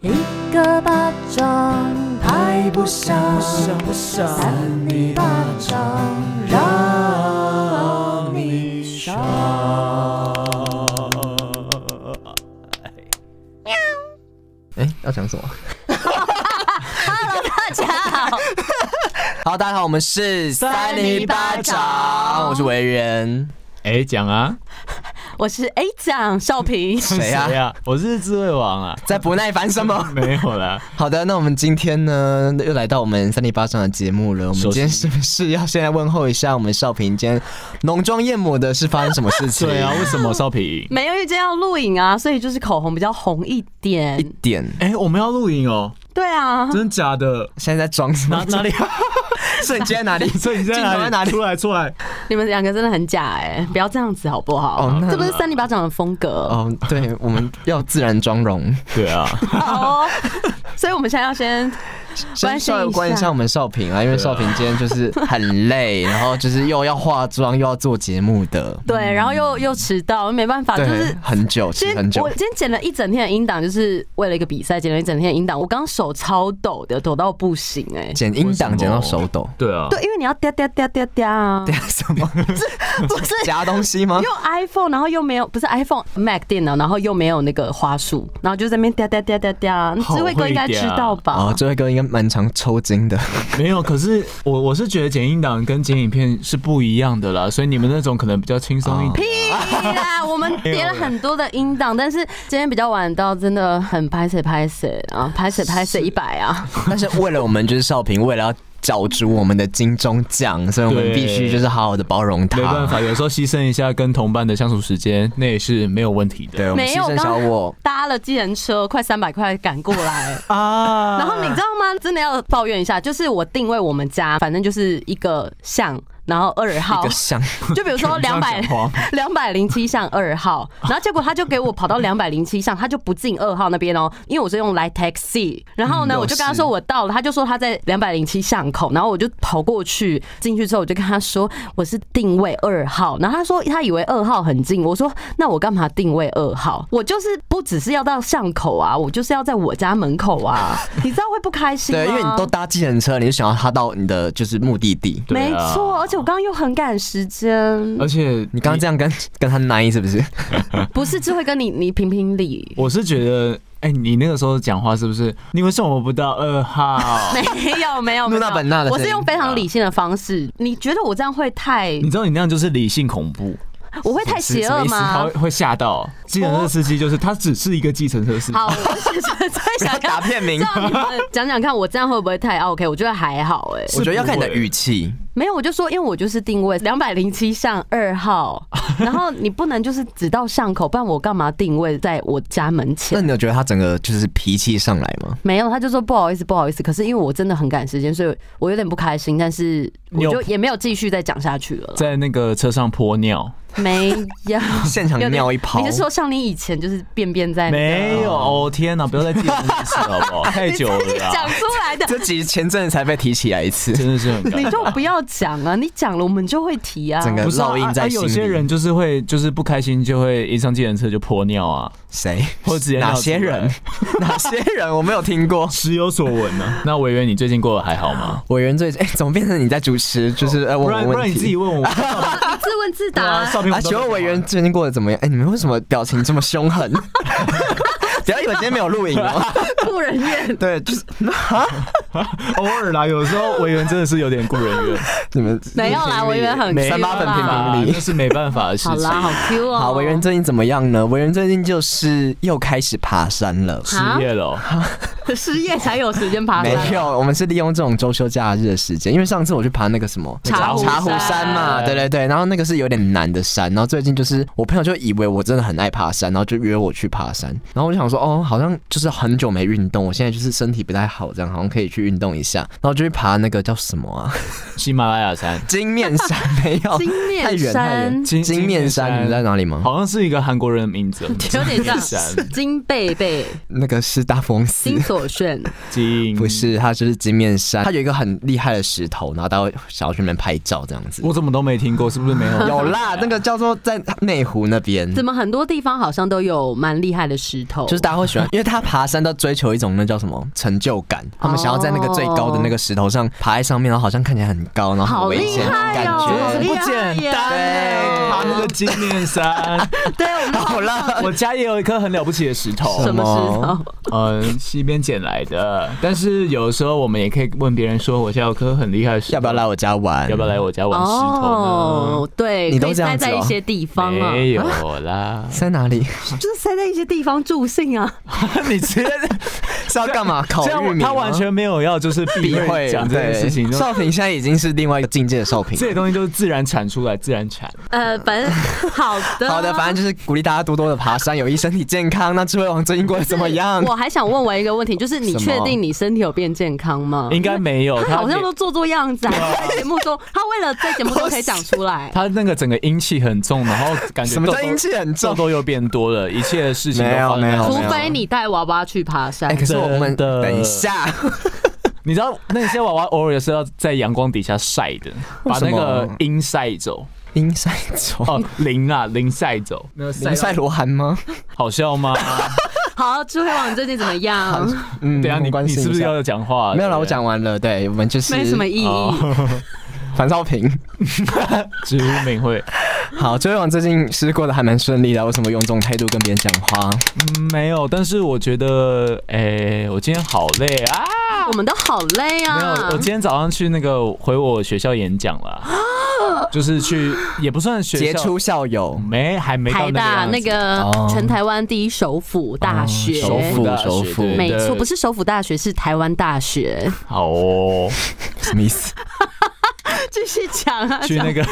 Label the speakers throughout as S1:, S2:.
S1: 一个巴掌拍不响，
S2: 不想
S1: 扇你巴掌让你爽。
S3: 哎，要讲什么？
S1: 大家好，
S3: 好，大家好，我们是
S2: 三零八
S1: 掌
S3: 我是维人，
S2: 哎，讲啊，
S1: 我是 A 酱少平，
S3: 谁啊
S2: 谁？呀？我是智慧 王啊，
S3: 在不耐烦什么？
S2: 没有啦，
S3: 好的，那我们今天呢，又来到我们三零八上的节目了。我们
S2: 首
S3: 今
S2: 先
S3: 天是不是要先来问候一下我们少平？今天浓妆艳抹的是发生什么事 情？
S2: 对啊，为什么少平？
S1: 没有遇见要录影啊，所以就是口红比较红一
S3: 一
S1: 点。
S3: 点，
S2: 哎，我们要录影哦，
S1: 对啊，
S2: 真假的？
S3: 现在在装什
S2: 哪
S3: 么？
S2: 哪里？
S3: 瞬间哪里？
S2: 所以你在
S3: 啊镜头
S2: 哪
S3: 在
S2: 里？
S3: 哪里
S2: 出来出来！
S1: 你们两个真的很假哎、不要这样子好不好？
S3: 哦那
S1: 这不是三里巴掌的风格
S3: 哦，对，我们要自然妆容。
S2: 对啊，
S1: 好哦。所以我们现在要先
S3: 先稍微
S1: 关
S3: 关
S1: 心一下
S3: 一下我们少平啊，因为少平今天就是很累，然后就是又要化妆又要做节目的，
S1: 对，然后又又迟到，没办法，啊就
S3: 嗯对
S1: 是，
S3: 很久，
S1: 今
S3: 其实很
S1: 天
S3: 久
S1: 我。今天剪了一整天的音档，就是为了一个比赛剪了一整天的音档。我刚手超抖的，抖到不行 哎、
S3: 剪音档剪到手抖，
S2: 对啊，
S1: 对，因为你要嗲嗲嗲嗲嗲啊
S3: 对，啊， 什么？
S1: 不是
S3: 夹东西 吗？
S1: 用 iPhone，然后又没有不是 iPhone Mac 电脑，然后又没有那个花束，然后就在那边嗲嗲嗲嗲
S2: 好
S1: 嗲。智慧哥应该知道吧
S3: 哦，？这位哥应该蛮常抽筋的，
S2: 没有。可是我我是觉得剪音档跟剪影片是不一样的啦，所以你们那种可能比较轻松
S3: 啊
S2: 一点。
S1: 屁啦，我们叠了很多的音档，但是今天比较晚到，真的很拍谁拍谁啊，拍谁拍谁一百啊。
S3: 但 是为了我们就是少平，为了要角逐我们的金钟奖，所以我们
S2: 对
S3: 必须就是好好的包容他。
S2: 没办法，有时候牺牲一下跟同伴的相处时间，那也是没有问题的。
S3: 对，我们
S1: 没
S3: 牺
S1: 有
S3: 牲小
S1: 刚
S3: 我。
S1: 搭了计程车，快三百块赶过 来。
S2: 啊
S1: 然后你知道吗？真的要抱怨一下，就是我定位我们家，反正就是一个巷，然后二
S3: 一
S1: 号
S3: 个，像，
S1: 就比如说
S2: 这
S1: 两
S2: 样
S1: 百
S2: 讲话吗
S1: 两百零七巷二号，然后结果他就给我跑到两百零七巷，他就不进二号那边哦，因为我是用来 taxi，然后呢，
S3: 嗯
S1: 我就跟他说我到了，他就说他在两百零七巷口，然后我就跑过去，进去之后我就跟他说我是定位二号，然后他说他以为二号很近，我说那我干嘛定位二号？我就是不只是要到巷口啊，我就是要在我家门口啊，你知道会不开心吗？
S3: 对，因为你都搭计程车，你就想要他到你的就是目的地。
S2: 对
S1: 没
S2: 啊
S1: 错，而且我刚刚又很赶时间，
S2: 而且
S3: 你刚刚这样跟跟他奶是不是？
S1: 不是智慧跟你你评评理。
S2: 我是觉得，哎、你那个时候讲话是不是？你为什么不到二号？
S1: 没有没有，
S3: 露娜
S1: 没有
S3: 本娜的
S1: 我
S3: 声
S1: 是
S3: 音
S1: 用非常理性的方式。你觉得我这样会太
S2: 你知道你那样就是理性恐怖，
S1: 我会太邪恶
S2: 他
S1: 吗
S2: 会？会吓到。计程车司机就是他，只是一个计程车司机。
S1: 好，我是最 想
S3: 打片名。
S1: 让你们讲讲看，我这样会不会太 OK？我觉得还好哎、
S3: 我觉得要看你的语气，
S1: 没有，我就说，因为我就是定位两百零七巷二号，然后你不能就是只到巷口，不然我干嘛定位在我家门
S3: 那
S1: 前？
S3: 你有觉得他整个就是脾气上来吗？
S1: 没有，他就说不好意思，不好意思。可是因为我真的很赶时间，所以我有点不开心，但是我
S2: 你有
S1: 就也没有继续再讲下去了。
S2: 在那个车上泼尿，
S1: 没有。
S3: 现场
S1: 有点
S3: 尿一泡，
S1: 你是说像你以前就是便便在那 个
S2: 没有？哦天哪，不要再计程车司机了，好不 好？太久
S1: 你自己
S2: 了
S1: 讲
S2: 啦，
S1: 出来的，
S3: 这集前阵子才被提起来一 次，
S2: 真的是很尴尬。
S1: 你就不要讲啊！你讲了我们就会提啊。
S3: 整个
S2: 不是啊
S3: 烙印在
S2: 啊啊
S3: 心里
S2: 有些人就是会，就是不开心就会一上计程车就泼尿啊，
S3: 谁
S2: 或者直接
S3: 哪
S2: 尿出
S3: 些
S2: 来
S3: 人？哪些人我没有啊听过。
S2: 时有所闻呢、 那委员，你最近过得还好吗？
S3: 委员最近哎、怎么变成你在主持？就是呃，
S2: 不
S3: 问
S2: 然
S3: 我
S2: 不然
S3: 问
S2: 你自
S3: 题
S2: 己。问我。
S1: 你自问自答、
S2: 啊，少平，
S3: 啊，请问委员最近过得怎么样？哎、你们为什么表情这么凶 狠？不要以为今天没有录影哦。
S1: 不人 愿。
S3: 对，就是
S2: 偶尔啦，有时候委员真的是有点故人 怨，
S3: 你们
S1: 没有啦，我以为很 Q 啦
S3: 三八粉评评理
S2: 那是没办法的事
S1: 好
S2: 情。
S1: 啦，好 Q 哦。
S3: 好，委员最近怎么样呢？委员最近就是又开始爬山了。
S2: 失业了哦，
S1: 失业才有时间爬
S3: 没
S1: 山。
S3: 有，我们是利用这种周休假日的时间，因为上次我去爬那个什么
S1: 茶壶
S3: 茶壶山嘛，
S2: 山
S3: 对对对，然后那个是有点难的山，然后最近就是我朋友就以为我真的很爱爬山，然后就约我去爬山，然后我就想说哦，好像就是很久没运动，我现在就是身体不太好，这样好像可以去去运动一下，然后就去爬那个叫什么啊？
S2: 喜马拉雅山，
S3: 金面山没有，
S1: 金面
S3: 太远太
S1: 山
S3: 远。
S2: 金
S3: 金面山，你们在哪里吗？
S2: 好像是一个韩国人的名 字，
S1: 有点像
S2: 山
S1: 金贝贝、
S3: 那个是大风寺
S1: 金。所炫，
S2: 金
S3: 不。是，它就是金面山，它有一个很厉害的石头，然后大家会想要去那边拍照这样子。
S2: 我怎么都没听过，是不是没 有？
S3: 有 啦，那个叫做在内湖那边，
S1: 怎么很多地方好像都有蛮厉害的石头？
S3: 就是大家会喜欢，因为他爬山都追求一种那叫什么成就感，
S1: 哦
S3: 他们想要在那个最高的那个石头上爬在上面，然后好像看起来很高，然后
S1: 好
S3: 很危
S1: 厉
S3: 险的
S1: 害
S3: 感
S1: 哦，
S3: 觉。
S2: 不简单
S1: 耶
S2: 爬 那个金面山，
S1: 对，我们
S3: 好了，
S2: 我家也有一颗很了不起的石头，
S1: 什么 石
S3: 什
S1: 头？
S2: 嗯，西边捡来的。但是有时候我们也可以问别人说，我家有颗很厉害的石头，
S3: 要不要来我家玩？
S2: 要不要来我家玩石头
S1: 哦，对，
S3: 你
S1: 可
S3: 都
S1: 以
S3: 这
S1: 塞
S3: 样子
S1: 在一
S3: 哦
S1: 些地
S2: 呢？
S1: 方啊，
S2: 没有啦，
S3: 在哪里？
S1: 就是塞在一些地方助兴啊。
S2: 你直接
S3: 是要干嘛？烤
S2: 这样
S3: 玉
S2: 我
S3: 米吗？
S2: 他完全没有要就是避
S3: 避讳
S2: 讳讲这件事情，
S3: 对
S2: 就
S3: 少平现在已经是另外一个境界的少平
S2: 这。些东西就是自然产出来，自然产。
S1: 呃，反 正好的，
S3: 好的，反正就是鼓励大家多多的爬山，有益身体健康。那智慧王最近过得怎么样
S1: 是？我还想问我一个问题，就是你
S3: 什么
S1: 确定你身体有变健康吗？
S3: 啊
S2: 应该没有，
S1: 他
S2: 他
S1: 好像都做做样子啊，在节目中，他为了在节目中可以讲出来。
S2: 他那个整个阴气很重，然后感觉
S3: 什么
S2: 痘
S3: 叫
S2: 痘
S3: 阴气很
S2: 痘
S3: 重？
S2: 痘又变多了，一切的事情都
S3: 没有
S2: 放在
S3: 没有
S2: 那
S1: 除
S2: 上
S1: 非你带娃娃去爬山
S3: 哎，，可是我们
S2: 真的
S3: 等一下，
S2: 你知道那些娃娃偶尔也是要在阳光底下晒的，把
S3: 为什么
S2: 那个阴晒走
S3: 阴山走，
S2: 哦，零啊零晒走，那个
S3: 林赛
S2: 到
S3: 罗韩吗？
S2: 好笑吗？
S1: 好，智慧王你最近怎么样？
S3: 嗯
S2: 对啊，
S3: 我
S2: 你
S3: 关
S2: 你
S3: 心
S2: 是不
S3: 一
S2: 是
S3: 下
S2: 要呃讲话？
S3: 没有啦，我
S2: 对
S3: 讲完了。对，我们就是
S1: 没什么意义。
S2: 哦
S3: 樊少平。
S2: 植物敏慧，
S3: 好，周慧王最近是过得还蛮顺利的，为什么用这种态度跟别人讲话？
S2: 嗯，没有，但是我觉得，哎、我今天好累啊。
S1: 我们都好累
S2: 没有
S1: 啊，！
S2: 我今天早上去那个回我学校演讲 啦，就是去也不算学校
S3: 杰出校友，
S2: 没还没到
S1: 台大
S2: 那
S1: 那
S2: 个样子
S1: 个全台湾第一首府大学，
S3: 首府
S2: 大学
S3: 首府
S2: 对
S1: 没错，
S2: 对
S1: 不是首府大学，是台湾大学。
S2: 好哦，
S3: 什么意思？
S1: 继续讲啊，
S2: 去那个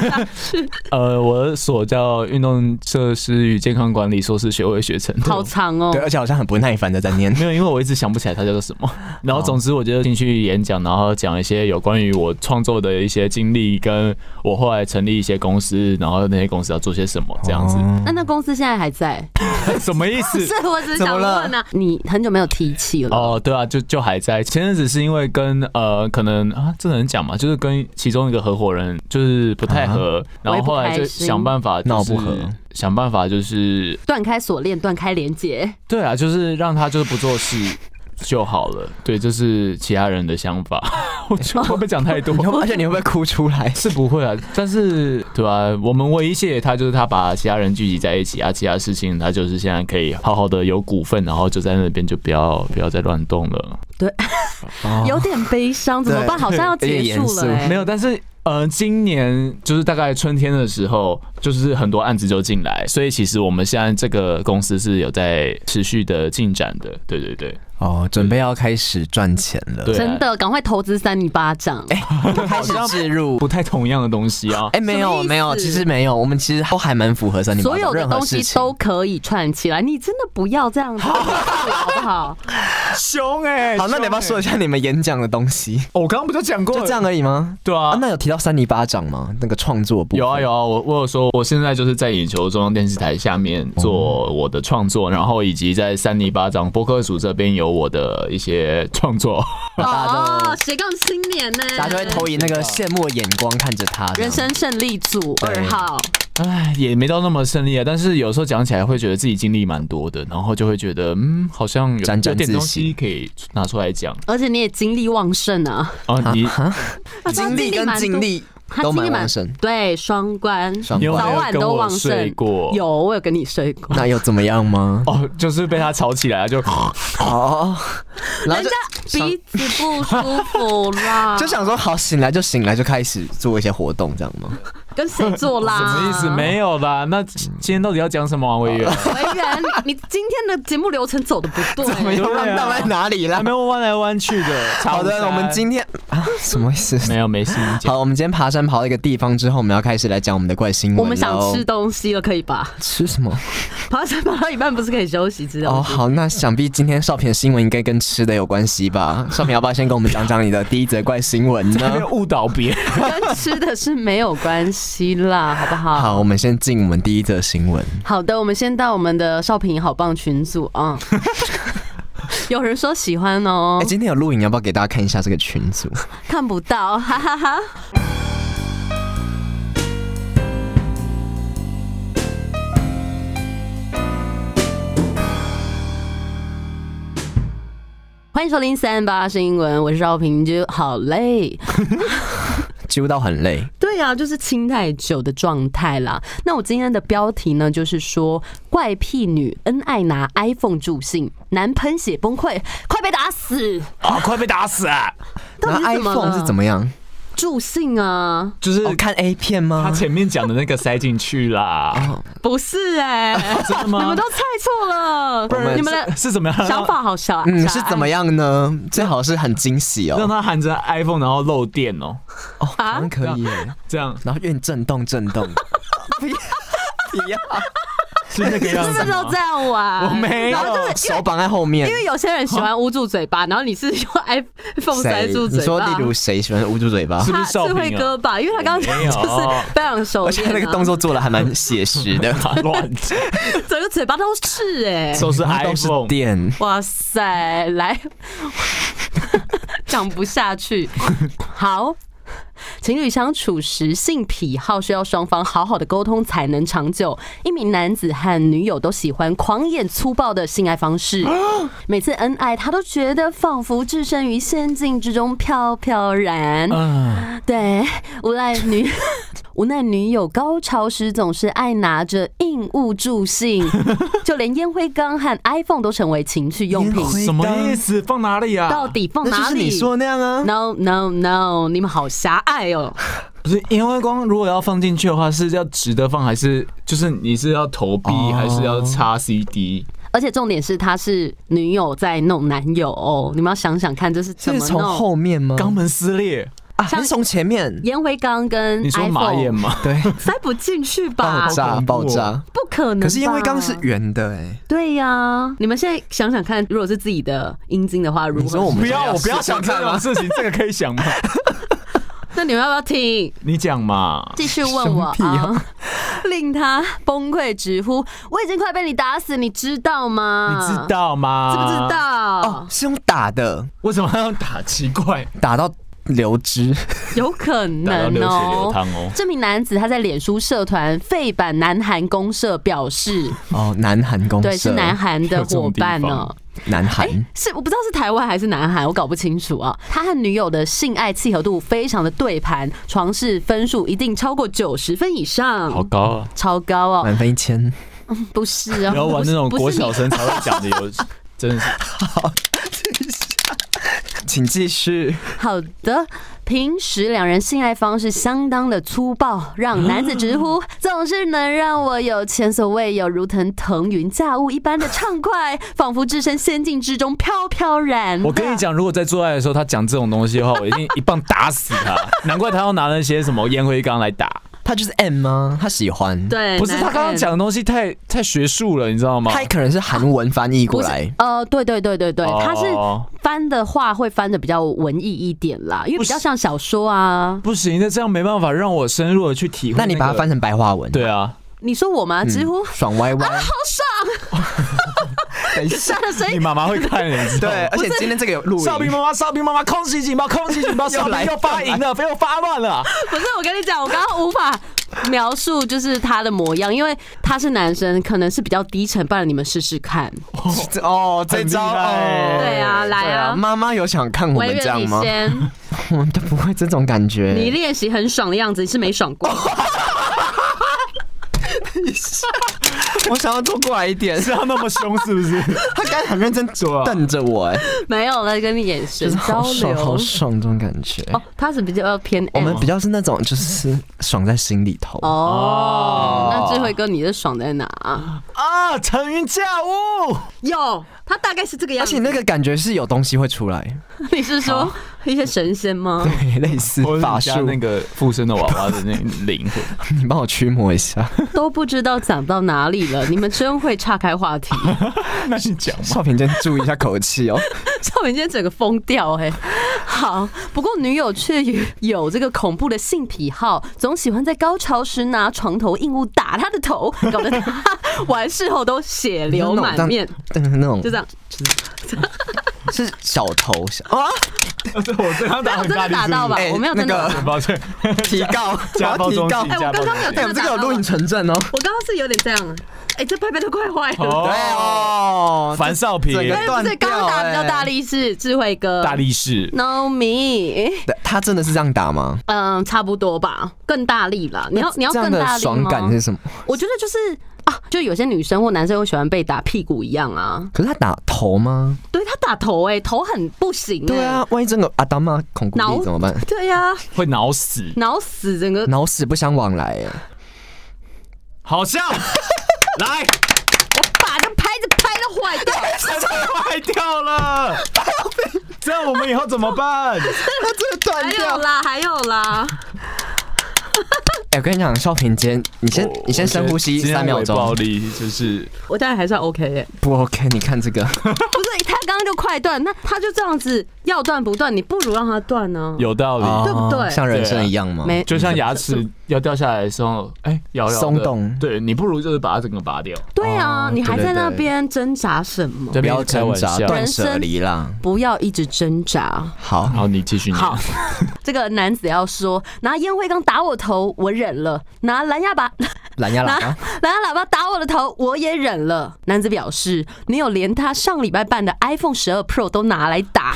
S2: 呃，我所叫运动设施与健康管理硕士学位学程。
S1: 好长哦
S3: 对，。而且好像很不耐烦的在念。
S2: 没有，因啊为我一直想不起来它叫做什 么。然后，总之，我就进去演讲，然后讲一些有关于我创作的一些经历，跟我后来成立一些公司，然后那些公司要做些什么这样子。
S1: 那那公司现在还在？
S2: 什么意
S1: 不
S2: 思
S1: 是？，我只是想问啊，你很久没有提起了。
S2: 哦，对啊，就就还在。前阵子是因为跟呃，可能啊，这能讲嘛，就是跟其中一个合伙人就是不太合，然后后来
S1: 我也不
S2: 就
S1: 开心
S2: 想办法、就是、
S3: 闹不和，
S2: 想办法就是
S1: 断开锁链，断开连接，
S2: 对啊，就是让他就是不做事就好了。对，这是其他人的想法。 我觉得会不会讲太多
S3: 你？会而且你会不会哭出 来？
S2: 是不会啊，但是对吧、我们唯一谢谢他就是他把其他人聚集在一起啊，其他事情他就是现在可以好好的有股份，然后就在那边就不要不要再乱动了。
S1: 有点悲伤，怎么办？
S3: 哦 对
S1: 好像要结束
S3: 有
S1: 了、
S3: 点严
S1: 欸。
S2: 没有，但是呃，今年就是大概春天的时候，就是很多案子就进来，所以其实我们现在这个公司是有在持续的进展的。对对对，
S3: 哦，准备要开始赚钱了，
S2: 对啊
S1: 真的，赶快投资三米巴掌。
S3: 哎开始置入。
S2: 不太同样的东西啊。
S3: 哎，没
S1: 什么意
S3: 有
S1: 思
S3: 没有，其实没有，我们其实都还蛮符合三零八
S1: 所有的
S3: 任何
S1: 东西
S3: 事情
S1: 都可以串起来，你真的不要这 样子，好不好？
S2: 凶 哎、
S3: 好，那你要不要说一下你们演讲的东西？
S2: 我刚刚不就讲过
S3: 就这样？而已吗？
S2: 对啊
S3: 啊，。那有提到三零巴掌吗？那个创作部分
S2: 有啊有啊，我我有说，我现在就是在眼球中央电视台下面做我的创作，然后以及在三尼巴掌播客组这边有我的一些创作。
S3: 大家
S1: 哦，斜杠青年呢、
S3: 大家就会投以那个羡慕的眼光看着他。这样
S1: 人生胜利组二号，
S2: 唉，也没到那么顺利啊，但是有时候讲起来会觉得自己经历蛮多的，然后就会觉得嗯，好像有
S3: 沾沾
S2: 有点
S3: 自
S2: 东
S3: 喜
S2: 西可以拿出来讲
S1: 而且你也精力旺盛啊，
S2: 啊。你
S1: 他
S3: 经历跟
S1: 蛮多
S3: 经历
S1: 他
S3: 都
S1: 精力
S3: 蛮
S1: 蛮
S3: 旺盛。
S1: 对双关，
S3: 双
S2: 你有
S3: 关
S1: 早
S2: 没
S1: 晚
S2: 有跟
S1: 都
S2: 我
S1: 旺盛
S2: 睡过？
S1: 有我有跟你睡过，
S3: 那又怎么样吗？
S2: 哦，就是被他吵起来就
S3: 哦，然后
S1: 人
S3: 就
S1: 家鼻子不舒服啦，
S3: 就想说，好，醒来就醒来，就开始做一些活动，这样吗？
S1: 跟谁做啦？
S2: 什么
S3: 啊
S2: 意思？没有啦。那今天到底要讲什么啊，委员？
S1: 维园，你你今天的节目流程走的不对，
S3: 没有
S2: 对啊
S3: 浪荡在哪里啦
S2: 还？没有弯来弯去的。
S3: 好
S2: 长
S3: 的，
S2: 衫
S3: 我们今天啊，什么意思？
S2: 没有没事。你讲
S3: 好，我们今天爬山爬到一个地方之后，我们要开始来讲我们的怪新闻。
S1: 我们想吃，东西了，可以吧？
S3: 吃什么？
S1: 爬山爬到一半不是可以休息之类
S3: 哦，
S1: 的？
S3: 好，那想必今天少平的新闻应该跟吃的有关系吧？少平要不要先跟我们讲讲你的第一则怪新闻呢？
S2: 没有误导别人。
S1: 跟吃的是没有关系啦，好不好？
S3: 好，我们先进我们第一则新闻。
S1: 好的，我们先到我们的少平好棒群组 啊。有人说喜欢哦
S3: 哎、，今天有录影，要不要给大家看一下这个群组？
S1: 看不到， 哈哈哈。欢迎收听三八是英文，我是少平，就好累。
S3: 几乎到很累，
S1: 对啊，就是清太久的状态啦。那我今天的标题呢，就是说怪癖女恩爱拿 iPhone 助兴，男喷血崩溃，快被打死！
S3: 哦
S2: 啊，快被打死、啊！
S1: 到
S3: 拿
S1: 底是怎么了
S3: iPhone 是怎么样？
S1: 助兴啊？
S2: 就是
S3: 哦、看 A 片
S2: 他
S3: 吗？
S2: 前面讲的那个塞进去啦，
S3: 哦
S1: 不是哎、
S2: 真的
S1: 你
S2: 吗
S1: 们？都猜错了，不
S3: 我们
S1: 你们的
S2: 是怎么样？
S1: 想法好小啊，
S3: 嗯，
S1: 小
S3: 是
S1: 爱
S3: 怎么样呢？最好是很惊喜
S2: 让
S3: 哦，
S2: 他含着 iPhone 然后漏电哦，
S3: 哦，好
S1: 啊
S3: 像可以耶，
S2: 这样
S3: 然后愿震动震动，不要不要，
S2: 是那个
S1: 你
S2: 样
S1: 是不
S2: 子
S1: 是
S2: 吗？
S1: 都这样玩？
S2: 我没有
S1: 然后就是
S3: 手绑在后面
S1: 因，为有些人喜欢捂住嘴巴，然后你是用 iPhone 塞
S3: 谁？
S1: 住
S3: 你
S1: 嘴
S3: 说
S1: 巴哦
S3: 例。如谁喜欢捂住嘴巴
S2: 是？不
S1: 他
S2: 是少
S1: 智
S2: 平啊
S1: 慧哥吧，因为他刚刚
S2: 没有
S1: 就是非常熟
S3: 而
S1: 练
S3: 且
S1: 啊，
S3: 那个动作做的还蛮写实的，
S2: 乱
S1: 整个嘴巴都是哎、
S2: 都是
S3: 都是
S2: iPhone，
S3: 电。
S1: 哇塞，来， 讲不下去。好，情侣相处时性癖好需要双方好好的沟通才能长久。一名男子和女友都喜欢狂野粗暴的性爱方式，每次恩爱他都觉得仿佛置身于仙境之中，飘飘然。
S2: 嗯，
S1: 对，无奈 女无奈女友高潮时总是爱拿着硬物 助兴，就连烟灰缸和 iPhone 都成为情趣用品
S3: 烟。灰
S2: 什么意思？放哪里啊？
S1: 到底放
S3: 那
S1: 哦哪
S3: 就是
S1: 里
S3: 你说那样啊？
S1: ？No No No！你们好狭隘哦。
S2: 不是烟灰缸，如果要放进去的话，是要直的放，还是就是你是要投币，
S3: 哦
S2: 还是要插 CD？
S1: 而且重点是，他是女友在弄男友哦，你们要想想看，这是怎
S3: 是
S1: 么
S3: 从
S1: 弄？
S3: 后面吗？
S2: 肛门撕裂，
S3: 啊，还是从前 面？
S1: 烟灰缸跟
S2: 你说马眼
S1: iPhone
S2: 吗？
S3: 对，
S1: 塞不进去吧
S3: 爆？炸
S2: 恐怖哦
S3: 爆炸。
S1: 不可能吧。
S3: 可是烟灰缸是圆的哎，
S1: 对呀、你们现在想想看，如果是自己的阴茎的话，如
S3: 你说我
S1: 何？
S3: 们
S2: 不要，我不要想
S3: 试试
S2: 这
S3: 看
S2: 种
S3: 吗？
S2: 事情，这个可以想吗？
S1: 那你们要不要听？
S2: 你讲嘛。
S1: 继续问我
S3: 什么屁
S1: 啊， 令他崩溃直呼：“我已经快被你打死，你知道
S2: 你
S1: 吗？
S2: 知道吗？
S1: 知不知？道？
S3: 哦，是用打的，
S2: 为什么要打？奇怪，
S3: 打到流汁，
S1: 有可
S2: 打到
S1: 能
S2: 流血流
S1: 哦。”
S2: 汤哦。
S1: 这名男子他在脸书社团“废版南韩公社”表示，
S3: 哦，南韩公社，
S1: 对，是南韩哎的
S2: 有这种
S1: 伙伴
S2: 地
S1: 呢、
S2: 方
S3: 南韩，
S1: 是我不知道是台湾还是南韩，我搞不清楚啊。他和女友的性爱契合度非常的对盘，床事分数一定超过九十分以
S2: 好
S1: 上，
S2: 高啊！
S1: 超高哦，
S3: 满分一千，
S1: 不是哦，
S2: 你要玩那种
S1: 不是
S2: 国
S1: 不是
S2: 小生才会讲的 游戏，真的是
S3: 请继续。
S1: 好的，平时两人性爱方式相当的粗暴，让男子直呼
S2: 啊
S1: 总是能让我有前所未有，如腾腾云驾雾一般的畅快，仿佛置身仙境之中飘飘然。
S2: 我跟你，讲，如果在做爱的时候他讲这种东西的话，我一定一棒打死 他。难怪他要拿那些什么烟灰缸来打，
S3: 他就是 M 吗？他喜欢，，
S1: 对，
S2: 不是他刚刚讲的东西太太学术了，你知道吗？
S3: 他可能是韩文翻译过
S1: 不是
S3: 来，，
S1: 呃，对对对对对，
S2: 哦
S1: 他是翻的话会翻的比较文艺一点啦，因为比较像小说啊。
S2: 不行，那这样没办法让我深入的去体会、
S3: 那你把它翻，成白话文，
S2: 对啊，
S1: 你说我吗？
S3: 嗯，
S1: 直呼
S3: 爽歪歪，
S1: 哦
S3: 好爽。等一下，
S1: 他的声
S2: 你
S1: 音。
S2: 妈妈会看，你知道吗
S3: 对，。而且今天这个有录
S2: 少平
S3: 影，
S2: 妈妈，少平妈妈，空袭警报，空袭警报，少
S3: 又来
S2: 平又发淫了，被我发乱了。
S1: 不是，我跟你讲，我刚刚无法描述就是他的模样，因为他是男生，可能是比较低沉，不然你们试试看。
S3: 哦，这
S2: 很厉
S3: 招
S2: 害
S3: 哦，
S1: 对啊，来
S3: 对啊，
S1: 啊，
S3: 妈妈有想看我
S1: 委
S3: 们这
S1: 员
S3: 样
S1: 你
S3: 吗？
S1: 先，
S3: 我们都不会这种感觉，
S1: 你练习很爽的样子，你是没爽 过。
S3: 我想要坐过来一点，
S2: 是要那么凶是不是？
S3: 他刚才很认真
S2: 啊
S3: 瞪着我，哎，
S1: 没有了，跟你眼神
S3: 就是好
S1: 交
S3: 爽，好
S1: 流。
S3: 爽这种感觉。
S1: 哦，他是比较偏 M
S3: 我们比较是那种就是爽在心里头，
S1: 哦，那智慧哥，你的爽在哪啊？
S2: 啊，腾云驾雾，
S1: 有，他大概是这个样
S3: 而
S1: 子
S3: 且。那个感觉是有东西会出来，
S1: 你是说一些神仙 吗？
S3: 对，类似
S2: 我
S3: 法
S2: 法
S3: 术
S2: 术， 那个附身的娃娃的那灵魂，
S3: 你帮我驱魔一下。
S1: 都不知道讲到哪哪里了？你们真会岔开话题。
S2: 那你讲嘛。
S3: 少平今天注意一下口气哦。
S1: 少平今天整个疯掉哎、好，不过女友却有这个恐怖的性癖好，总喜欢在高潮时拿床头硬物打他的头，搞得他完事后都血流满面，
S3: 但是那种
S1: 就这样。
S3: 是小头小啊，
S2: 我对他打
S1: 我真的打到吧？
S3: 哎
S1: 我没有真的打
S3: 那
S1: 到
S3: 个。
S2: 抱歉，
S3: 提告，我
S2: 家
S3: 要
S2: 暴
S3: 提
S2: 中
S3: 告
S2: 心。
S1: 哎、我刚刚没有真
S3: 哎，我们这个
S1: 的打到
S3: 有录影
S1: 吧。
S3: 存证哦。
S1: 我刚刚是有点这样，哎、这拍拍都快坏了。
S2: 哦
S3: 对哦，
S2: 樊少平
S3: 整个
S1: 不是，刚刚打比较大力是智慧哥。
S2: 大力士，
S1: No me，
S3: 他真的是这样打吗？
S1: 嗯，差不多吧，更大力了。你要你要
S3: 这
S1: 更
S3: 样
S1: 大力吗
S3: 的爽感是什么？
S1: 我觉得就是啊，就有些女生或男生会喜欢被打屁股一样啊。
S3: 可是他打头吗？
S1: 对他打头哎、头很不行、欸。
S3: 对，啊，万一真的阿达妈恐怖
S1: 挠
S3: 力怎 么办？
S1: 对啊呀、
S2: 会挠死，
S1: 挠死整个。
S3: 脑死不相往来耶，
S2: 好笑，来，
S1: 把那拍子拍到坏 掉，
S2: 坏掉了，这样我们以后怎么办？
S3: 他真的断
S1: 还有。啦，还有啦，
S3: 哎，我跟你讲，少平今天，你先你先深呼吸
S2: 今天
S3: 三秒
S2: 伪暴
S3: 钟，
S2: 力就是
S1: 我当然还算 OK 哎、
S3: 不 OK？你看这 个，
S1: 不是他刚刚就快断，那他就这样子要断不断，你不如让他断啊呢、
S2: 有道理。
S1: 对不对
S3: 哦像人生一样吗？
S1: 没
S2: 啊就像牙 齿要掉下来的时候，哎，咬咬的
S3: 松动
S2: 对你不如就是把它整个拔掉，
S1: 对啊，
S3: 哦
S1: 你还在那
S3: 对对对
S1: 边挣扎什么？
S2: 这
S3: 不
S2: 边
S3: 要
S2: 开
S3: 挣
S2: 玩
S3: 扎，
S2: 笑。
S3: 断舍离啦。
S1: 不要一直挣扎。
S3: 好，
S2: 好，你继续念。
S1: 好，这个男子要说拿烟灰缸打我头，我忍了；拿蓝牙把
S3: 蓝牙喇叭，
S1: 蓝牙喇叭打我的头，我也忍了。男子表示，女友连他上礼拜办的 iPhone 十二 Pro 都拿来 打，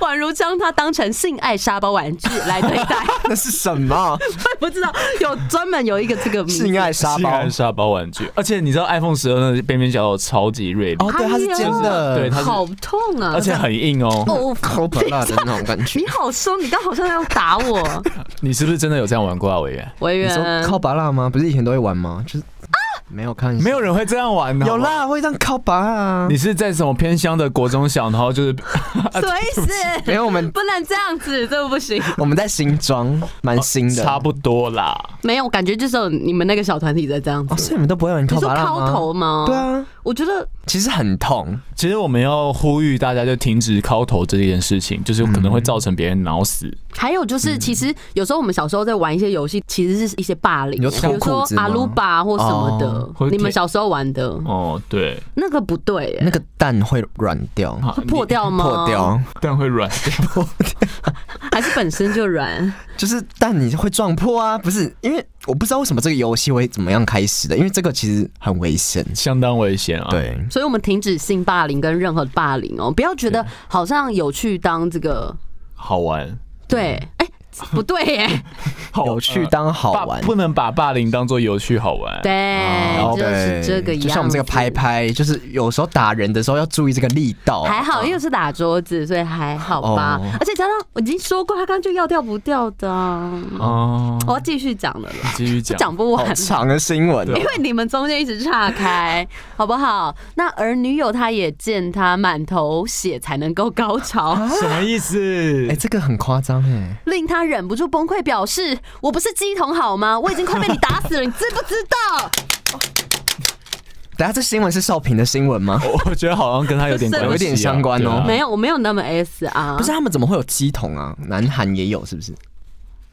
S1: 宛如将他当成性爱沙包玩具来对待。
S3: 那是什么？
S1: 我也不知道有专门有一个这个名字
S3: 性爱沙
S2: 性
S3: 包
S2: 爱？沙包玩具，而且你知道 iPhone 十二那边边角角超级锐利，
S3: 哦，对，它
S1: 哎
S3: 是尖的，
S2: 对它是
S1: 好痛啊！
S2: 而且很硬哦。
S1: 哦，
S3: 抠不辣的那种感觉
S1: 你。好凶，你刚好像要打 我，
S2: 你是不是真的有这样玩过啊，委
S3: 哦
S2: 员？
S1: 委
S3: 你说
S1: 员。
S3: 靠拔辣吗？不是以前都会玩吗？就是
S1: 啊
S3: 没有看，
S2: 没有人会这样玩的。
S3: 有。啦，会让靠拔啊
S2: 你。是在什么偏乡的国中小，然后就是
S1: 什么意
S3: 没
S1: 思？
S3: 有，我们
S1: 不能这样子，这个 不行。
S3: 我们在新庄，蛮新的，
S2: 差不多啦。
S1: 没有，感觉就是有你们那个小团体在这样
S3: 哦，
S1: 子。
S3: 所以你们都不会玩
S1: 你
S3: 靠
S1: 说
S3: 拔辣
S1: 敲头
S3: 吗？
S1: 吗？
S3: 对，啊，
S1: 我觉得
S3: 其实很痛，
S2: 其实我们要呼吁大家就停止敲头这件事情，就是可能会造成别人脑死。
S1: 还有
S3: 嗯
S1: 就是，其实有时候我们小时候在玩一些游戏，其实是一些霸凌，
S3: 你
S1: 比
S3: 说脱
S1: 如
S3: 裤
S1: 说
S3: 子吗
S1: 阿鲁巴或什么
S3: 哦
S1: 的
S2: 或，者
S1: 你们
S2: 铁
S1: 小时候玩的
S3: 嗯
S2: 哦，对，
S1: 那个不对耶，
S3: 那个蛋会软掉，
S2: 好
S1: 破，掉吗？
S3: 破，掉，
S2: 但 会软掉。
S1: 还是本身就软？
S3: 就是蛋你会撞破啊，不是？因为我不知道为什么这个游戏会怎么样开始的，因为这个其实很危险。
S2: 相当危险啊！，
S3: 对，
S1: 所以我们停止性霸凌跟任何霸凌哦，不要觉得好像有去当这个
S2: 好玩，
S1: 对，
S3: 嗯
S1: 哎，不对耶，
S2: 好
S3: 有趣当好
S1: 呃
S2: 霸
S3: 玩。啊
S2: 不能把霸凌当做有趣好玩。
S1: 对，哎就是这个样子。
S3: 哦就像我们这个拍拍，就是有时候打人的时候要注意这个力道啊。
S1: 还好，因为是打桌子，所以还好吧。
S3: 哦
S1: 而且加上我已经说过，他刚刚就要掉不掉的啊、
S3: 嗯
S2: 哦，
S1: 我要继续讲了 啦，
S2: 继续讲。
S1: 讲不完
S3: 好。长的新闻哦
S1: 因为你们中间一直岔开，好不好？那而女友她也见他满头血才能够高
S3: 啊
S1: 潮，
S2: 什么意思
S3: 哎、？这个很夸张哎，
S1: 令他忍不住崩溃，表示：“我不是鸡桶好吗？我已经快被你打死了，你知不知 道？”
S3: 啊等下这新闻是少平的新闻吗？
S2: 我我觉得好像跟他 有点
S1: 是
S2: 关系啊，
S3: 有点相关哦
S2: 对啊
S1: 没有，我没有那么 S 啊，
S3: 不是，他们怎么会有鸡桶啊？南韩也有是不是？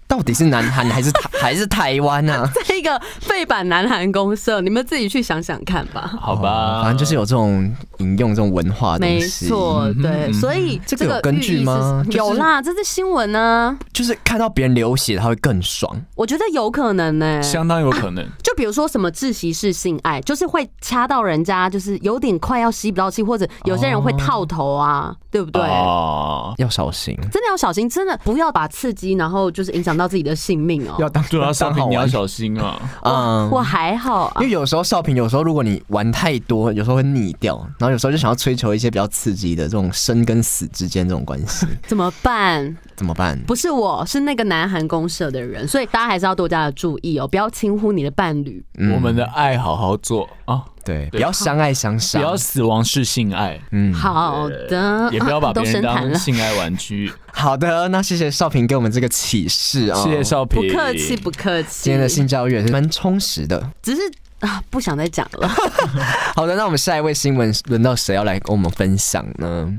S3: 到底是南韩还是台 还是台湾啊？
S1: 这一个废版南韩公社，你们自己去想想看吧。
S2: 好吧，
S3: 哦反正就是有这种引用这种文化的
S1: 没
S3: 东西，
S1: 错，对，
S2: 嗯
S1: 所以
S3: 这个有根据
S1: 寓意是
S3: 吗就是
S1: 有啦，这是新闻呢、
S3: 就是看到别人流血他会更爽。
S1: 我觉得有可能欸呢、
S2: 相当有可能。
S1: 就比如说什么窒息式性爱，就是会掐到人家，就是有点快要吸不到气，或者有些人会套头啊，对不对？
S2: 哦，
S3: 要小心，
S1: 真的要小心，真的不要把刺激，然后就是影响到自己的性命哦、
S3: 要当
S2: 对啊，
S3: 要
S2: 少
S3: 当
S2: 平
S3: 好
S2: 你要
S3: 玩。
S2: 小心啊。
S3: 嗯
S1: 我还好
S3: 因
S1: 啊
S3: 为，有时候少平，有时候如果你玩太多，有时候会腻掉，然后有时候就想要追求一些比较刺激的这种生跟死之间这种关系，
S1: 怎么办？
S3: 怎么办？
S1: 不是我，是那个南韩公社的人，所以大家还是要多加的注意哦、不要轻忽你的伴侣。
S2: 我们的爱好好做啊，
S3: 对，不要相爱相
S2: 不
S3: 杀，
S2: 要死亡式性爱。
S3: 嗯，
S1: 好的，
S2: 也不要把
S1: 都
S2: 别人
S1: 深谈
S2: 当
S1: 了。
S2: 性爱玩 具。
S3: 好的，那谢谢少平给我们这个启示啊、
S2: 谢谢少
S1: 不
S2: 平，
S1: 客气，不客气。
S3: 今天的性教育也是蛮充实的，
S1: 只是啊，不想再讲了。
S3: 好的，那我们下一位新闻轮到谁要来跟我们分享呢？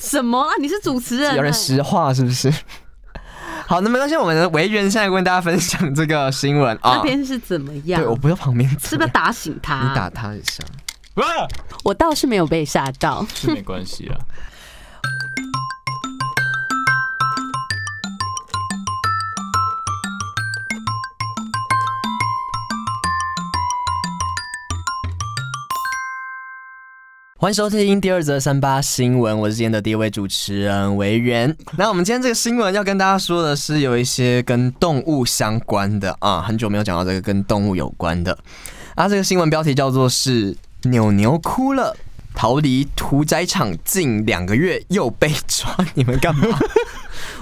S1: 什么啊？你是主持人？
S3: 有人实话是不是？ 好，那没关系，我们的维园现在跟大家分享这个新闻啊。
S1: 那边是怎么样
S3: 对，？我不要旁边，
S1: 是不是打醒他？
S3: 你打他一下？
S2: 啊，
S1: 我倒是没有被吓到。
S2: 是没 关系啊。
S3: 欢迎收听第二则三八新闻，我是今天的第一位主持人维园。那我们今天这个新闻要跟大家说的是有一些跟动物相关的啊，很久没有讲到这个跟动物有关的。啊，这个新闻标题叫做是“牛牛哭了”。逃离屠宰场近两个月又被抓， 你们干嘛？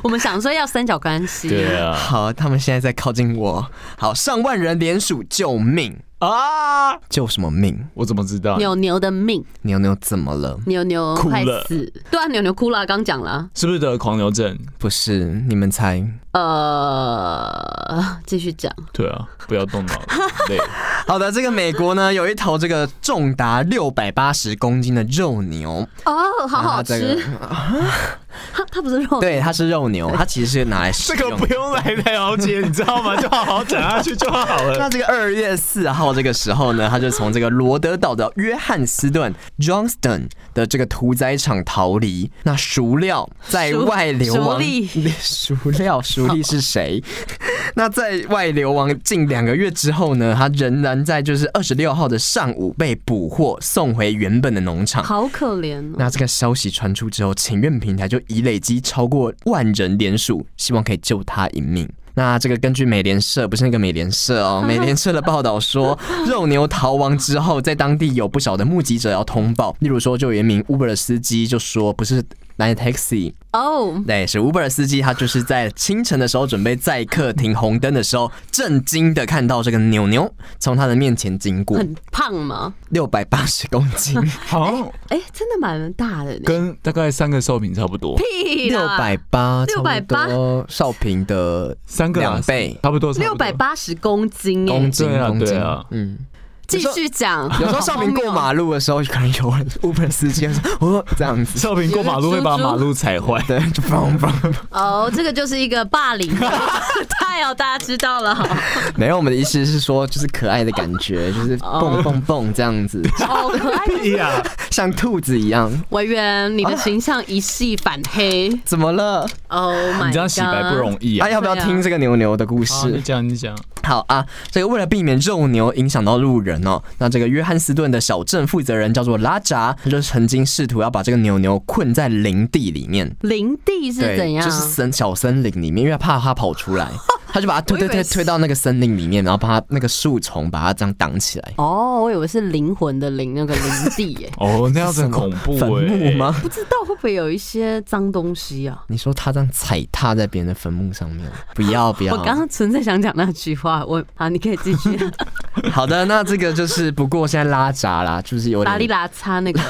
S1: 我们想说要三角关系，
S2: 对啊，
S3: 好，他们现在在靠近我。好，上万人联署救命，
S2: 啊，
S3: 救什么命？
S2: 我怎么知道？
S1: 牛牛的命，
S3: 牛牛怎么了？
S1: 牛牛
S2: 哭
S1: 快
S2: 了
S1: 死。对啊，牛牛哭了，刚讲了。
S2: 是不是得了狂牛症？
S3: 不是，你们猜。
S1: 呃，继续讲。
S2: 对啊，不要动脑了，累。
S3: 好的，这个美国呢有一头这个重达六百八十公斤的肉牛，
S1: 哦，好好
S3: 那这个
S1: 吃。它它不是肉，
S3: 对，它是肉牛，它其实是 拿来食
S2: 这个
S3: 用
S2: 不
S3: 的。
S2: 用来了解，你知道吗？就好好讲下去就好了。
S3: 那这个二月四号这个时候呢，他就从这个罗德岛的约翰斯顿 （Johnston） 的这个屠宰场逃离。那熟料在
S1: 熟
S3: 外流
S1: 熟
S3: 亡
S1: 力，
S3: 熟料熟力是谁？ 那在外流亡近两个月之后呢，他仍然在就是二十六号的上午被捕获，送回原本的农场。
S1: 好可怜哦。
S3: 那这个消息传出之后，请愿平台就已累积超过万人联署，希望可以救他一命。那这个根据美联社，不是那个美联社哦，美联社的报道说，肉牛逃亡之后，在当地有不少的目击者要通报，例如说，就有一名 Uber 的司机就说，不是来 taxi，
S1: 哦，
S3: 对，是 Uber 的司机，他就是在清晨的时候准备载客停红灯的时候，震惊的看到这个牛牛从他的面前经过，
S1: 很胖吗？
S3: 六百八十公斤，
S2: 好像
S1: 哎，真的蛮大的呢。
S2: 跟大概三个寿品差不多，
S1: 屁
S3: 六
S1: 啦
S3: 百八，
S1: 680
S3: 少平的
S2: 三个啊
S3: 两倍
S2: 差不多差不多
S1: 六百八十公斤
S3: 公
S1: 哎，
S3: 斤
S2: 对啊
S3: 公斤
S2: 对啊
S3: 嗯。
S1: 继续讲。
S3: 有时候少平过马路的时候，可能有人 Uber 司机会 说：“哦，这样子，
S2: 少平过马路会把马路踩 坏。
S3: 对，就放放。
S1: 哦，这个就是一个 霸凌，太好，大家知道了。
S3: 没有，我们的意思是说，就是可爱的感觉，就是蹦蹦蹦这样 子，
S1: 哦，可爱
S2: 屁哎呀！
S3: 像兔子一样。
S1: 委员，你的形象一系反黑。
S3: 怎么了？
S1: Oh my，
S2: 你这样洗白不
S1: God
S2: 容易
S3: 啊，
S2: 啊。
S3: 要不要
S1: 对啊
S3: 听这个牛牛的故
S2: 好
S3: 事
S2: 你？讲你讲，。
S3: 好啊，这个为了避免肉牛影响到路人哦，那这个约翰斯顿的小镇负责人叫做拉扎，他就曾经试图要把这个牛牛困在林地里面，
S1: 林地是
S3: 对，
S1: 怎样？
S3: 就是森小森林里面，因为怕它跑出来， 他就把它推推
S1: 我以
S3: 推
S1: 为是
S3: 推到那个森林里面，然后把它那个树丛把它这样挡起来。
S1: 哦，我以为是灵魂的灵，那个林地耶
S3: 哦，
S2: 那样子很恐怖
S3: 坟墓
S2: 欸
S3: 吗？
S1: 不知道会不会有一些脏东西啊？
S3: 你说他这样踩踏在别人的坟墓上面，不要不要。
S1: 我刚刚纯粹想讲那句话，我好，你可以继 续。
S3: 好的，那这个就是不过现在拉闸啦，就是有
S1: 拉里
S3: 点
S1: 拉擦那个，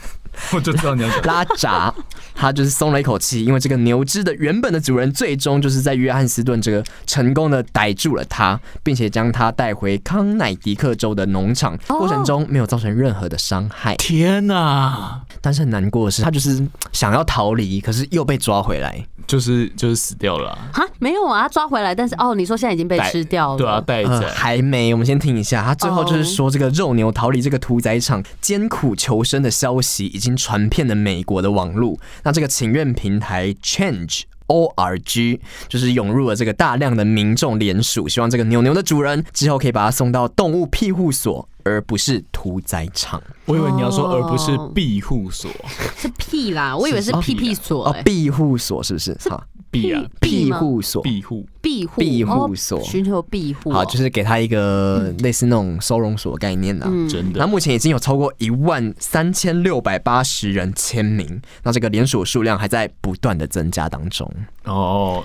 S2: 我就知道你要讲。
S3: 拉闸，他就是松了一口气，因为这个牛只的原本的主人最终就是在约翰斯顿这个成功的逮住了他，并且将他带回康乃狄克州的农场，
S1: 哦
S3: 过程中没有造成任何的伤害。
S2: 天哪，
S3: 但是很难过的是，他就是想要逃离，可是又被抓回来。
S2: 就是就是死掉了啊，
S1: 哈，没有啊，他抓回来，但是哦，你说现在已经被
S2: 带
S1: 吃掉了。
S2: 嗯对啊，，待
S1: Uh，
S3: 呃，
S2: 宰。
S3: 还没，我们先听一下。他最后就是说，这个肉牛逃离这个屠宰场艰苦求生的消息已经传遍了美国的网络。那这个请愿平台 Change。O R G 就是涌入了这个大量的民众联署，希望这个牛牛的主人之后可以把它送到动物庇护所，而不是屠宰场。
S2: 我以为你要说，
S1: 哦
S2: 而不是庇护所，
S1: 是屁啦，我以为是
S2: 是哦
S1: 屁屁所、
S3: 哦
S1: 欸，，
S3: 庇护所是不是？好，
S2: 庇啊，
S1: 庇
S3: 庇
S1: 吗
S3: 护所。
S2: 庇护。
S1: 庇护
S3: 庇护
S1: 哦
S3: 所
S1: 寻求庇护哦。
S3: 好，就是给他一个类似那种收容所的概念啦、啊
S1: 嗯
S2: 真
S3: 那
S2: 的，
S3: 目前已经有超过一万三千六百八十人签名，那这个联署数量还在不断的增加当中。
S2: 哦，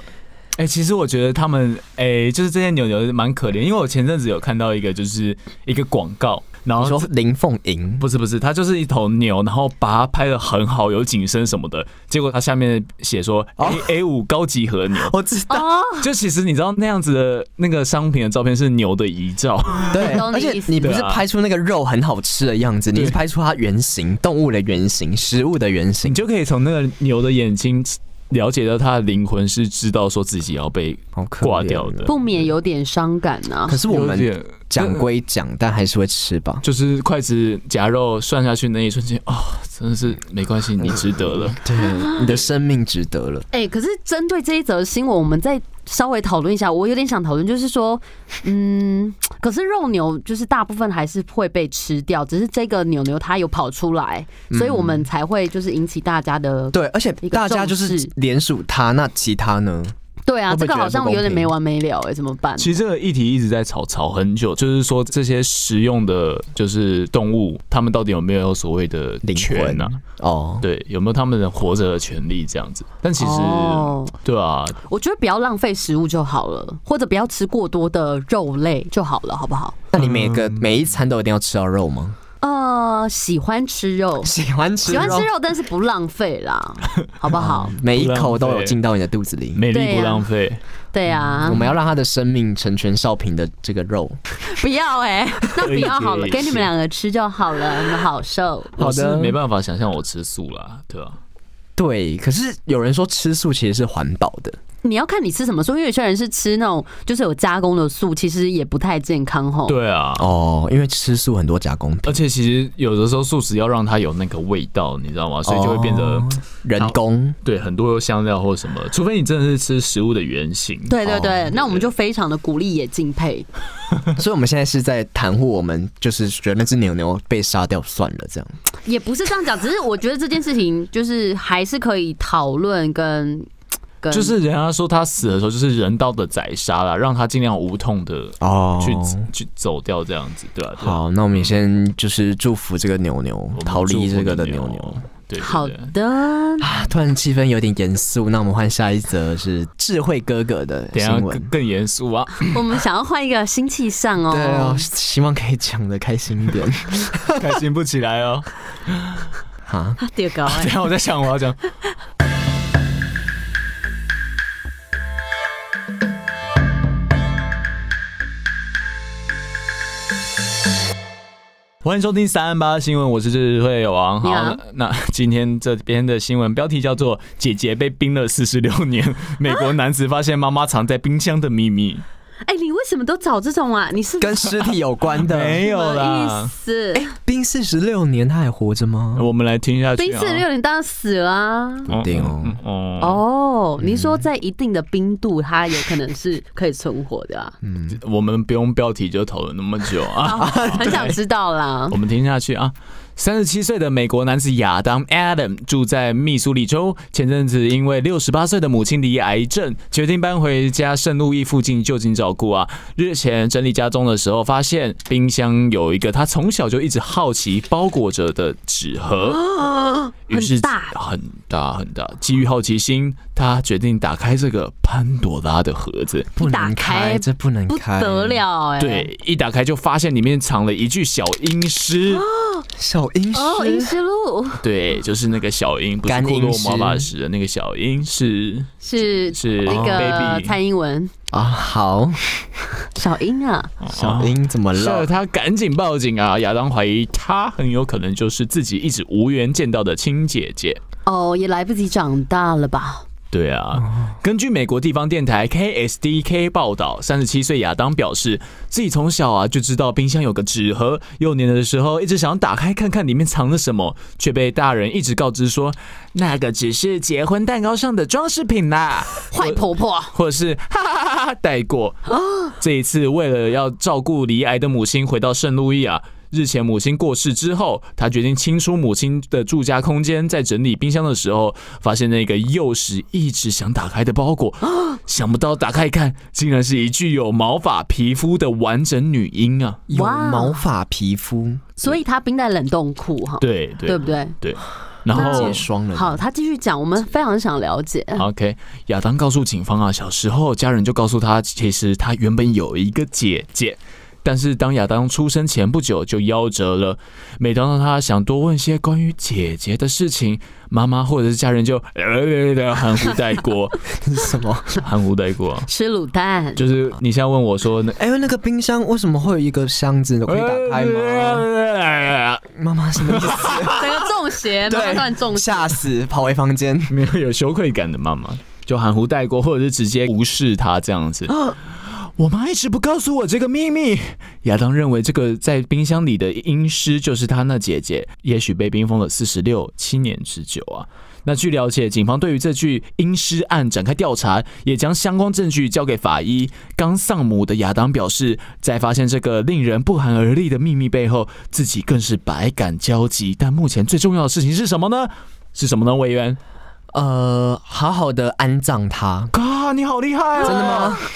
S2: 哎、其实我觉得他们，哎、就是这些牛牛蛮可怜，因为我前阵子有看到一个，就是一个广告，然
S3: 你
S2: 后
S3: 说林凤营
S2: 不是不是，它就是一头牛，然后把它拍的很好，有景深什么的。结果它下面写说
S3: 哦
S2: A A 五高级和牛，
S3: 我知道，
S1: 哦，
S2: 就其实你知道那样子的那个商品的照片是牛的遗 照，
S3: 对，
S1: 哦懂你
S3: 而且
S1: 意思
S3: 你不是
S2: 对啊
S3: 拍出那个肉很好吃的样子，你
S2: 对
S3: 是拍出它原型，动物的原型，食物的原
S2: 你
S3: 型。
S2: 就可以从那个牛的眼睛了解到它的灵魂是知道说自己要被
S3: 好可
S2: 挂
S3: 怜哦
S2: 掉的。
S1: 不免有点伤感啊
S3: 可。是我们
S2: 有点
S3: 讲归讲，但还是会吃吧。
S2: 就是筷子夹肉涮下去那一瞬间，哦，真的是没关系，你值得了。
S3: 对，
S1: 啊
S3: 你的生命值得了。
S1: 哎、可是针对这一则新闻，我们再稍微讨论一下。我有点想讨论，就是说，嗯，可是肉牛就是大部分还是会被吃掉，只是这个牛牛它有跑出来，所以我们才会就是引起大家的。
S3: 嗯对，而且
S1: 一个
S3: 大家就
S1: 重
S3: 是
S1: 视
S3: 联署他，那其他呢？
S1: 对啊，
S3: 会不会
S1: 这个
S3: 觉得
S1: 好像有点
S3: 不公平
S1: 没完没了哎、怎么办？
S2: 其实这个议题一直在吵吵很久，就是说这些食用的，就是动物，它们到底有没有所谓的
S3: 灵
S2: 权
S3: 魂
S2: 呢、啊？
S3: 哦，
S2: 对，有没有他们的活着的权利这样子？但其实，
S1: 哦
S2: 对啊，
S1: 我觉得不要浪费食物就好了，或者不要吃过多的肉类就好了，好不好？
S3: 那你每个每一餐都一定要吃到肉吗？
S1: 呃，喜欢吃肉，
S3: 喜欢吃嗯
S1: 喜欢吃肉，但是不浪费啦，好 不好？
S3: 每一口都有进到你的肚子里。
S2: 美丽
S1: 对
S2: 不
S1: 啊
S2: 浪费。
S1: 对啊
S3: 我，们要让他的生命成全少平的这个肉。
S1: 不要哎、 那不要好了，
S2: 可以
S1: 给你们两个吃就好了，你们好瘦。
S3: 好的
S2: 我是没办法想象我吃素啦，对啊，
S3: 对，可是有人说吃素其实是环保的，
S1: 你要看你吃什么素，因为有些人是吃那种就是有加工的素，其实也不太健康吼。
S2: 对啊。
S3: 哦，因为吃素很多加工品，
S2: 而且其实有的时候素食要让它有那个味道，你知道吗？所以就会变得、
S3: 哦人工。
S2: 对很多香料或什么，除非你真的是吃食物的原型。
S1: 对对对
S3: 哦
S1: 那我们就非常的鼓励也敬佩。
S3: 所以我们现在是在袒护我们，就是觉得那只牛牛被杀掉算了这样。
S1: 也不是这样讲，只是我觉得这件事情就是还是可以讨论跟跟
S2: 就是人家说他死的时候，就是人道的宰杀啦，让他尽量无痛的
S3: 哦
S2: 去、去走掉这样子，对啊？对啊，
S3: 好，那我们也先就是祝福这个牛牛
S2: 我们
S3: 逃
S2: 祝福
S3: 离这个的牛
S2: 牛
S3: 牛。，
S2: 对对对
S1: 好的。
S3: 啊，突然气氛有点严肃，那我们换下一则是智慧哥哥的
S2: 等一下
S3: 新
S2: 更
S3: 闻。
S2: 更严肃啊！
S1: 我们想要换一个新气象哦。
S3: 对哦，希望可以讲的开心一点。
S2: 开心不起来哦。
S3: 哈，
S1: 啊，第二个
S2: 等 一
S1: 哎，
S2: 下我在想我要讲，欢迎收听三八新闻，我是智慧王。好
S1: 你好，
S2: 那那今天这边的新闻标题叫做“姐姐被冰了四十六年”，美国男子发现妈妈藏在冰箱的秘密。
S1: 哎，你为什么都找这种啊？你是
S3: 跟尸体有关 的。
S2: 没
S1: 什
S2: 有
S1: 么意
S2: 啦，哎
S1: 思？
S3: 冰四十六年，他还活着吗？
S1: 哦
S2: 我们来听下去、啊。
S1: 冰四六零当然死了啊。
S2: 嗯
S3: 不定哦
S2: 嗯嗯哦，
S1: 哦，你说在一定的冰度，它有可能是可以存活的、啊，
S2: 我们不用标题就讨论那么久啊。
S1: 很想知道 啦
S2: 我。们听下去啊。三十七岁的美国男子亚当 Adam 住在密苏里州，前阵子因为六十八岁的母亲罹癌症，决定搬回家圣路易附近就近照顾啊。日前整理家中的时候，发现冰箱有一个他从小就一直好奇包裹着的纸盒。于是
S1: 哦很大
S2: 很大很大。基于好奇心，他决定打开这个潘朵拉的盒子。
S3: 不能
S1: 一打开
S3: 这不能
S1: 不
S3: 开，
S1: 得！了哎、
S2: 哦对，一打开就发现里面藏了一具小阴尸。
S3: 小阴
S1: 哦，银
S3: 尸，
S1: 丝路
S2: 对，就是那个小鹰，不是
S3: 干
S2: 库
S3: 鹰
S2: 洛
S3: 狮
S2: 魔法石的那个小鹰，是
S1: 是
S2: 是哦
S1: 那个
S2: baby
S1: 蔡英文
S3: 啊，好，
S1: 小英啊，
S3: 小英怎么
S2: 是
S1: 哦
S3: 了？
S2: 他赶紧报警啊！亚当怀疑他很有可能就是自己一直无缘见到的亲姐姐。
S1: 哦，也来不及长大了吧？
S2: 对啊，根据美国地方电台 KSDK 报道，三十七岁亚当表示，自己从小啊就知道冰箱有个纸盒，幼年的时候一直想打开看看里面藏了什么，却被大人一直告知说，那个只是结婚蛋糕上的装饰品啦。
S1: 坏婆婆，
S2: 或者是哈哈哈哈带过。这一次为了要照顾离癌的母亲，回到圣路易啊。日前母亲过世之后，他决定清出母亲的住家空间，在整理冰箱的时候，发现那个幼时一直想打开的包裹，想不到打开一看，竟然是一具有毛发皮肤的完整女婴啊！
S3: 有
S1: 哇
S3: 毛发皮肤
S1: 所以她冰在冷冻库哈，
S2: 对
S1: 对
S2: 对
S1: 不对？
S2: 对，然
S1: 那
S2: 后
S3: 结霜了，
S1: 哦好，她继续讲，我们非常想了解。
S3: 嗯
S2: OK，亚当告诉警方啊，小时候家人就告诉他，其实他原本有一个姐姐，但是当亚当出生前不久就夭折了。每当他想多问些关于姐姐的事情，妈妈或者是家人就呃含糊带 过，
S3: 这 是什么？
S2: 含糊带过。
S1: 吃卤蛋，
S2: 就是你现在问我说，
S3: 哎、那个冰箱为什么会有一个箱子？我可以打开 吗？
S2: 吗？
S3: 妈妈什么意思？
S1: 整个中邪，
S3: 对
S1: 妈妈算中邪。
S3: 吓死，跑回房间。
S2: 没有有羞愧感的妈妈，就含糊带过，或者是直接无视他这样子。我妈一直不告诉我这个秘密。亚当认为这个在冰箱里的阴尸就是他那姐姐，也许被冰封了四十六七年之久啊。那据了解，警方对于这具阴尸案展开调查，也将相关证据交给法医。刚丧母的亚当表示，在发现这个令人不寒而栗的秘密背后，自己更是百感交集。但目前最重要的事情是什么呢？是什么呢？委员？
S3: 呃，好好的安葬他。
S2: 啊，你好厉害、啊！
S3: 真的吗？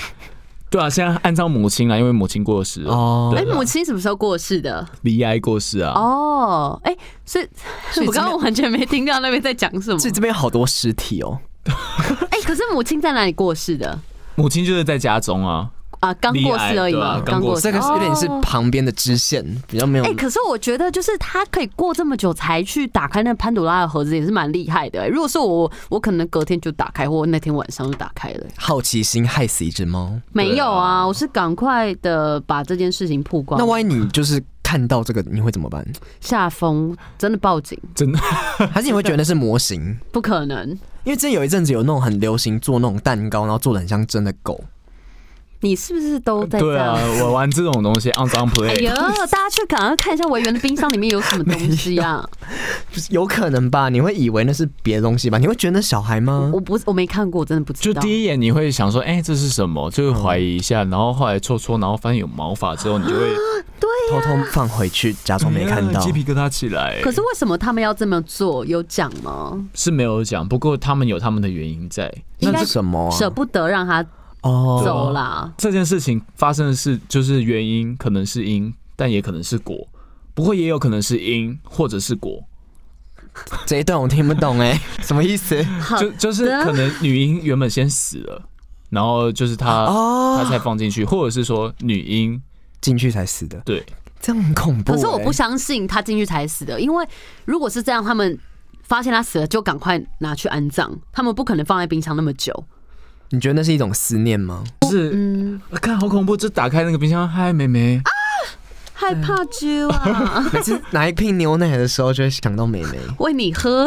S2: 对啊，现在按照母亲啦，因为母亲过世了，
S3: 哦
S1: 哎，母亲什么时候过世的？
S2: 离癌过世啊。
S1: 哦，哎，是，
S3: 所以
S1: 我
S3: 真
S1: 刚
S3: 的
S1: 刚完全没听到那边在讲什么
S3: 这。这边有好多尸体哦。
S1: 哎，可是母亲在哪里过世的？
S2: 母亲就是在家中啊，
S1: 啊，刚过世而已嘛
S2: 离，癌
S1: 刚过
S2: 哦
S1: 世
S3: 这。个是有点是
S1: 哦
S3: 旁边的支线，比较没有
S1: 哎、。可是我觉得，就是他可以过这么久才去打开那潘朵拉的盒子，也是蛮厉害的、哎如果是我，我可能隔天就打开，或那天晚上就打开了、哎
S3: 好奇心害死一只猫。
S1: 没有
S2: 对
S1: 啊，我是赶快的把这件事情曝光。
S3: 那万一你就是看到这个，你会怎么 办？
S1: 下风真的报警？
S2: 真的
S3: 还是你会觉得是模型？
S1: 不可能！
S3: 因为之前有一阵子有那种很流行做那种蛋糕，然后做的很像真的狗。
S1: 你是不是都在这
S2: 对啊
S1: 样？，
S2: 我玩这种东西肮脏
S1: 哎
S2: play，
S1: 呀，大家去赶快看一下维园的冰箱里面有什么东西啊！
S3: 就是有可能吧？你会以为那是别的东西吧？你会觉得那小孩吗？
S1: 我不，我没看过，我真的不知
S2: 就
S1: 道。
S2: 第一眼你会想说，哎、这是什么？就会怀疑一下，然后后来搓搓，然后发现有毛发之后，你就会
S1: 啊
S3: 偷偷放回去，假装没看到
S1: 嗯
S2: 鸡。皮疙瘩起来。
S1: 可是为什么他们要这么做？有讲吗？
S2: 是没有讲，不过他们有他们的原因在。
S3: 那
S1: 应该
S3: 是什么
S1: 舍
S3: 啊？
S1: 不得让他
S3: 哦，
S1: 走啦。
S2: 这件事情发生的是，就是原因可能是因，但也可能是果。不过也有可能是因或者是果，
S3: 这一段我听不懂 哎，什么意思？
S1: 好
S2: 就就是
S3: 啊
S2: 可能女婴原本先死了，然后就是她她
S3: 哦，
S2: 才放进去，或者是说女婴
S3: 进去才死的，
S2: 对
S3: 这样很恐怖。欸
S1: 可是我不
S3: 想，
S1: 相信他进去才死的，因为如果是这样，他们发现他死了就赶快拿去安葬，他们不可能放在冰箱那么久。
S3: 你觉得那是一种思念 吗？
S2: 就是
S1: 嗯，
S2: 看好恐怖，就打开那个冰箱，嗨妹妹，
S3: 啊
S1: 害怕啾 啊，
S3: 每次拿一瓶牛奶的时候，就会想到妹 妹，
S1: 喂你喝，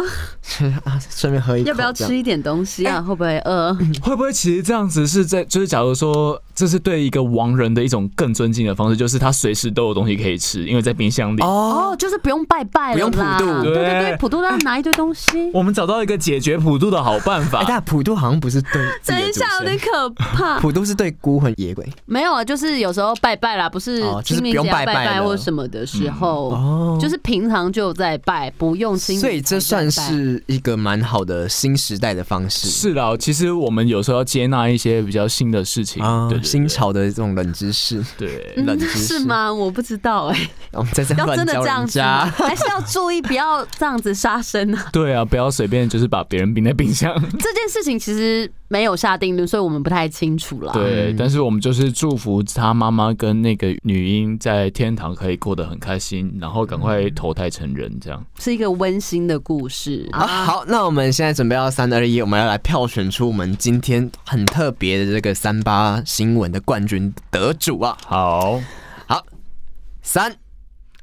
S3: 啊，顺便喝一口。
S1: 要不要
S3: 这样
S1: 吃？一点东西啊？会不会饿？
S2: 会不会其实这样子是在就是假如说这是对一个亡人的一种更尊敬的方式，就是他随时都有东西可以吃，因为在冰箱里。
S3: 哦，
S1: 哦，就是不用拜拜了啦，
S3: 不用普渡
S1: 对对
S2: 对
S1: 对，普渡要拿一堆东西。
S2: 我们找到一个解决普渡的好办
S3: 哎，
S2: 法，
S3: 但普渡好像不是 对自己的
S1: 等
S3: 祖先，
S1: 一下，有点可怕。
S3: 普渡是对孤魂野鬼。
S1: 没有啊，就是有时候拜拜啦，不是
S3: 哦就是
S1: 清明
S3: 不用
S1: 节要
S3: 拜拜
S1: 拜
S3: 了
S1: 或什么的时候，
S3: 哦
S1: 就是平常就有在拜，不用清明才
S3: 所
S1: 在拜。
S3: 以这算是一个蛮好的新时代的方式
S2: 是啦，其实我们有时候要接纳一些比较新的事情，
S3: 啊
S2: 对，对
S3: 新，潮的这种冷知识，
S2: 对对，！
S3: 冷知识
S1: 嗯 是吗？我不知道哎、
S3: 我们在这样
S1: 要
S3: 乱
S1: 真的
S3: 教
S1: 这
S3: 人
S1: 样子
S3: 家
S1: 吗，。 还是要注意不要这样子杀生啊
S2: 对啊，不要随便就是把别人冰在冰箱。
S1: 这件事情其实没有下定论，所以我们不太清楚啦。
S2: 对，但是我们就是祝福他妈妈跟那个女婴在天堂可以过得很开心，然后赶快投胎成人，这样。
S1: 是一个温馨的 故事。
S3: 啊， 好，那我们现在准备要三二一，我们要来票选出我们今天很特别的这个三八新闻的冠军得主啊！
S2: 好，
S3: 三二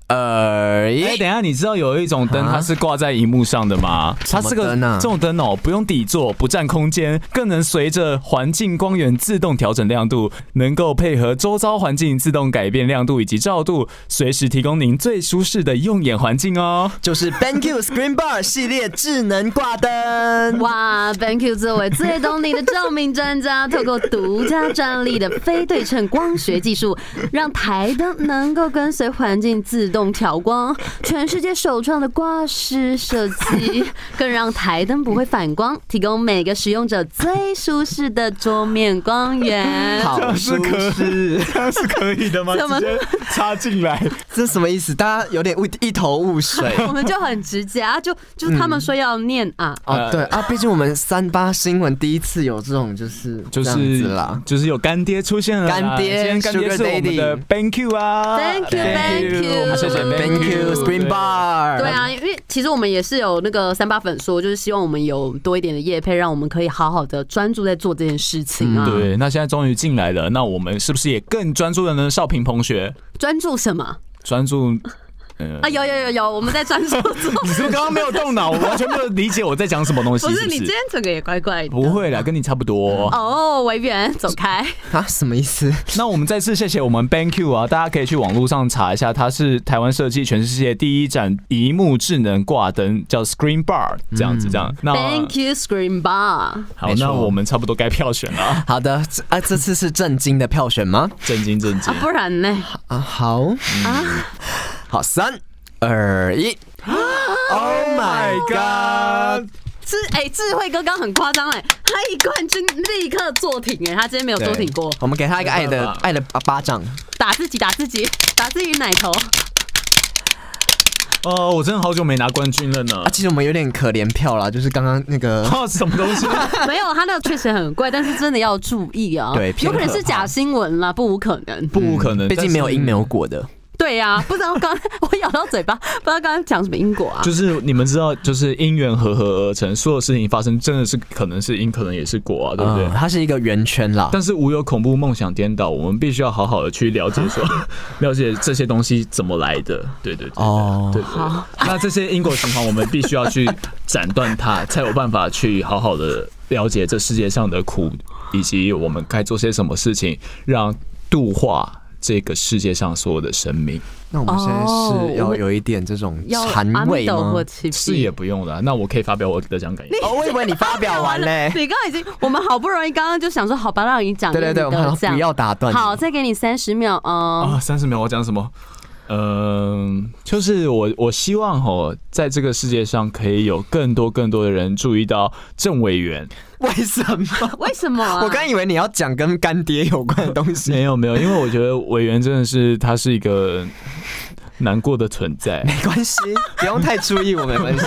S2: 哎、
S3: 一，
S2: 等一下，你知道有一种灯它是挂在荧幕上的吗？它是
S3: 什
S2: 个
S3: 么灯啊
S2: 这种灯哦，不用底座，不占空间，更能随着环境光源自动调整亮度，能够配合周遭环境自动改变亮度以及照度，随时提供您最舒适的用眼环境哦。
S3: 就是 BenQ Screen Bar 系列智能挂灯。
S1: 哇，Thank you，作为最懂你的照明专家， 透过独家专利的非对称光学技术，让台灯能够跟随环境自动调光，全世界首创的挂饰设计，更让台灯不会反光，提供每个使用者最舒适的桌面光源。
S2: 好
S3: 是可是，
S2: 这样是可以的 吗？
S1: 怎么
S2: 直接插进来，
S3: 这什么意思？大家有点雾一头雾 水。
S1: 我们就很直接啊，就就是他们说要念啊，
S3: 哦，对啊，毕竟我们三八新闻第一次有这种就是
S2: 就
S3: 这样
S2: 是
S3: 子啦。
S2: 就是有干爹出现了啦，
S3: 干爹
S2: 今天干爹
S3: Sugar
S2: 是我们的
S3: Daddy
S2: Thank you 啊
S1: Thank you, thank you
S2: 我们谢谢
S3: 啊 Thank you, Spring Bar。
S1: 对，啊，因为其实我们也是有那个三八粉说，就是希望我们有多一点的业配，让我们可以好好的专注在做这件事情啊。
S2: 嗯对，那现在终于进来了，那我们是不是也更专注了呢？少平同学，
S1: 专注什么啊
S2: 专注，呃
S1: 啊？，有有有有，我们在专注做。
S2: 你是不是刚刚没有动脑？我完全没有理解我在讲什么东西，
S1: 不
S2: 是
S1: 是你今天整个也怪怪的。
S2: 不会啦，跟你差不多。
S1: 哦，维园走开。
S3: 啊，什么意思？
S2: 那我们再次谢谢我们 Bank You 啊，大家可以去网络上查一下，它是台湾设计全世界第一盏一幕智能挂灯，叫 Screen Bar，这样子这样。那
S1: Thank you, Screen Bar。啊
S2: 好
S3: 没，错
S2: 那我们差不多该票选 了，
S3: 好的，这啊，这次是震惊的票选吗？
S2: 震惊震惊
S1: 啊，。不然呢？
S3: 啊，好
S1: 啊，
S3: 好，三二一。Oh my god！
S1: 智哎、智慧哥刚很夸张哎，他一冠军立刻坐挺哎、他之前没有坐挺过，
S3: 我们给他一个爱
S2: 没
S3: 的
S2: 办法
S3: 爱的巴掌。啊
S1: 打自己打自己打自己奶头，
S2: 哦，我真的好久没拿冠军了呢
S3: 啊，。其实我们有点可怜票啦，就是刚刚那 个
S2: 哦，什么东西？
S1: 没有他那个确实很怪，但是真的要注意啊，
S3: 对
S1: 有可能
S3: 偏
S1: 是假新闻啦，不无可能，
S2: 不可能，
S3: 毕竟没有因没有果的。
S1: 对呀、不知道刚 我咬到嘴巴，不知道刚刚讲什么因果啊，
S2: 就是你们知道，就是因缘和合而成，所有事情发生真的是可能是因，可能也是果啊，对不对？
S3: 嗯它是一个圆圈啦。
S2: 但是无有恐怖，梦想颠倒，我们必须要好好的去了解说， 了解这些东西怎么来的。对对对，
S3: 哦
S2: 对对
S1: 好
S2: 对。 那这些因果循环，我们必须要去斩断它，才有办法去好好的了解这世界上的苦，以及我们该做些什么事情，让度化这个世界上所有的生命。
S3: 那我们现在
S1: 哦
S3: 是要
S1: 我
S3: 有一点这种
S1: 要
S3: 禅
S1: 阿弥
S3: 味
S1: 陀
S3: 吗
S1: 佛？起
S2: 是
S1: 誓
S2: 也不用啊了，那我可以发表我的得奖感言。
S3: 哦，我以为你发表完嘞。
S1: 你刚刚已经，我们好不容易刚刚就想说，好吧，让你讲，
S3: 对对对，我
S1: 让你
S3: 们
S1: 得
S3: 好
S1: 奖
S3: 像不要哦打断。
S1: 好，，再给你三十秒，嗯
S2: 啊，，三十秒我讲什么？嗯、就是我我希望吼，在这个世界上可以有更多更多的人注意到郑委员。
S3: 为什么？
S1: 为什么、啊？
S3: 我刚以为你要讲跟干爹有关的东西。
S2: 没有没有，因为我觉得委员真的是他是一个难过的存在。
S3: 没关系，不用太注意我，没 关系。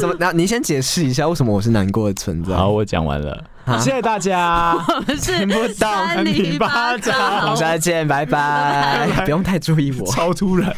S3: 什么？那你先解释一下为什么我是难过的存在？
S2: 好，我讲完了，
S3: 啊
S2: 谢谢大家。
S1: 我们是
S3: 听不到
S1: 三
S2: 你
S1: 里
S2: 巴
S1: 巴
S2: 掌
S3: 我
S1: 掌
S3: 们。再见，拜拜。不用太注意我。
S2: 超突然，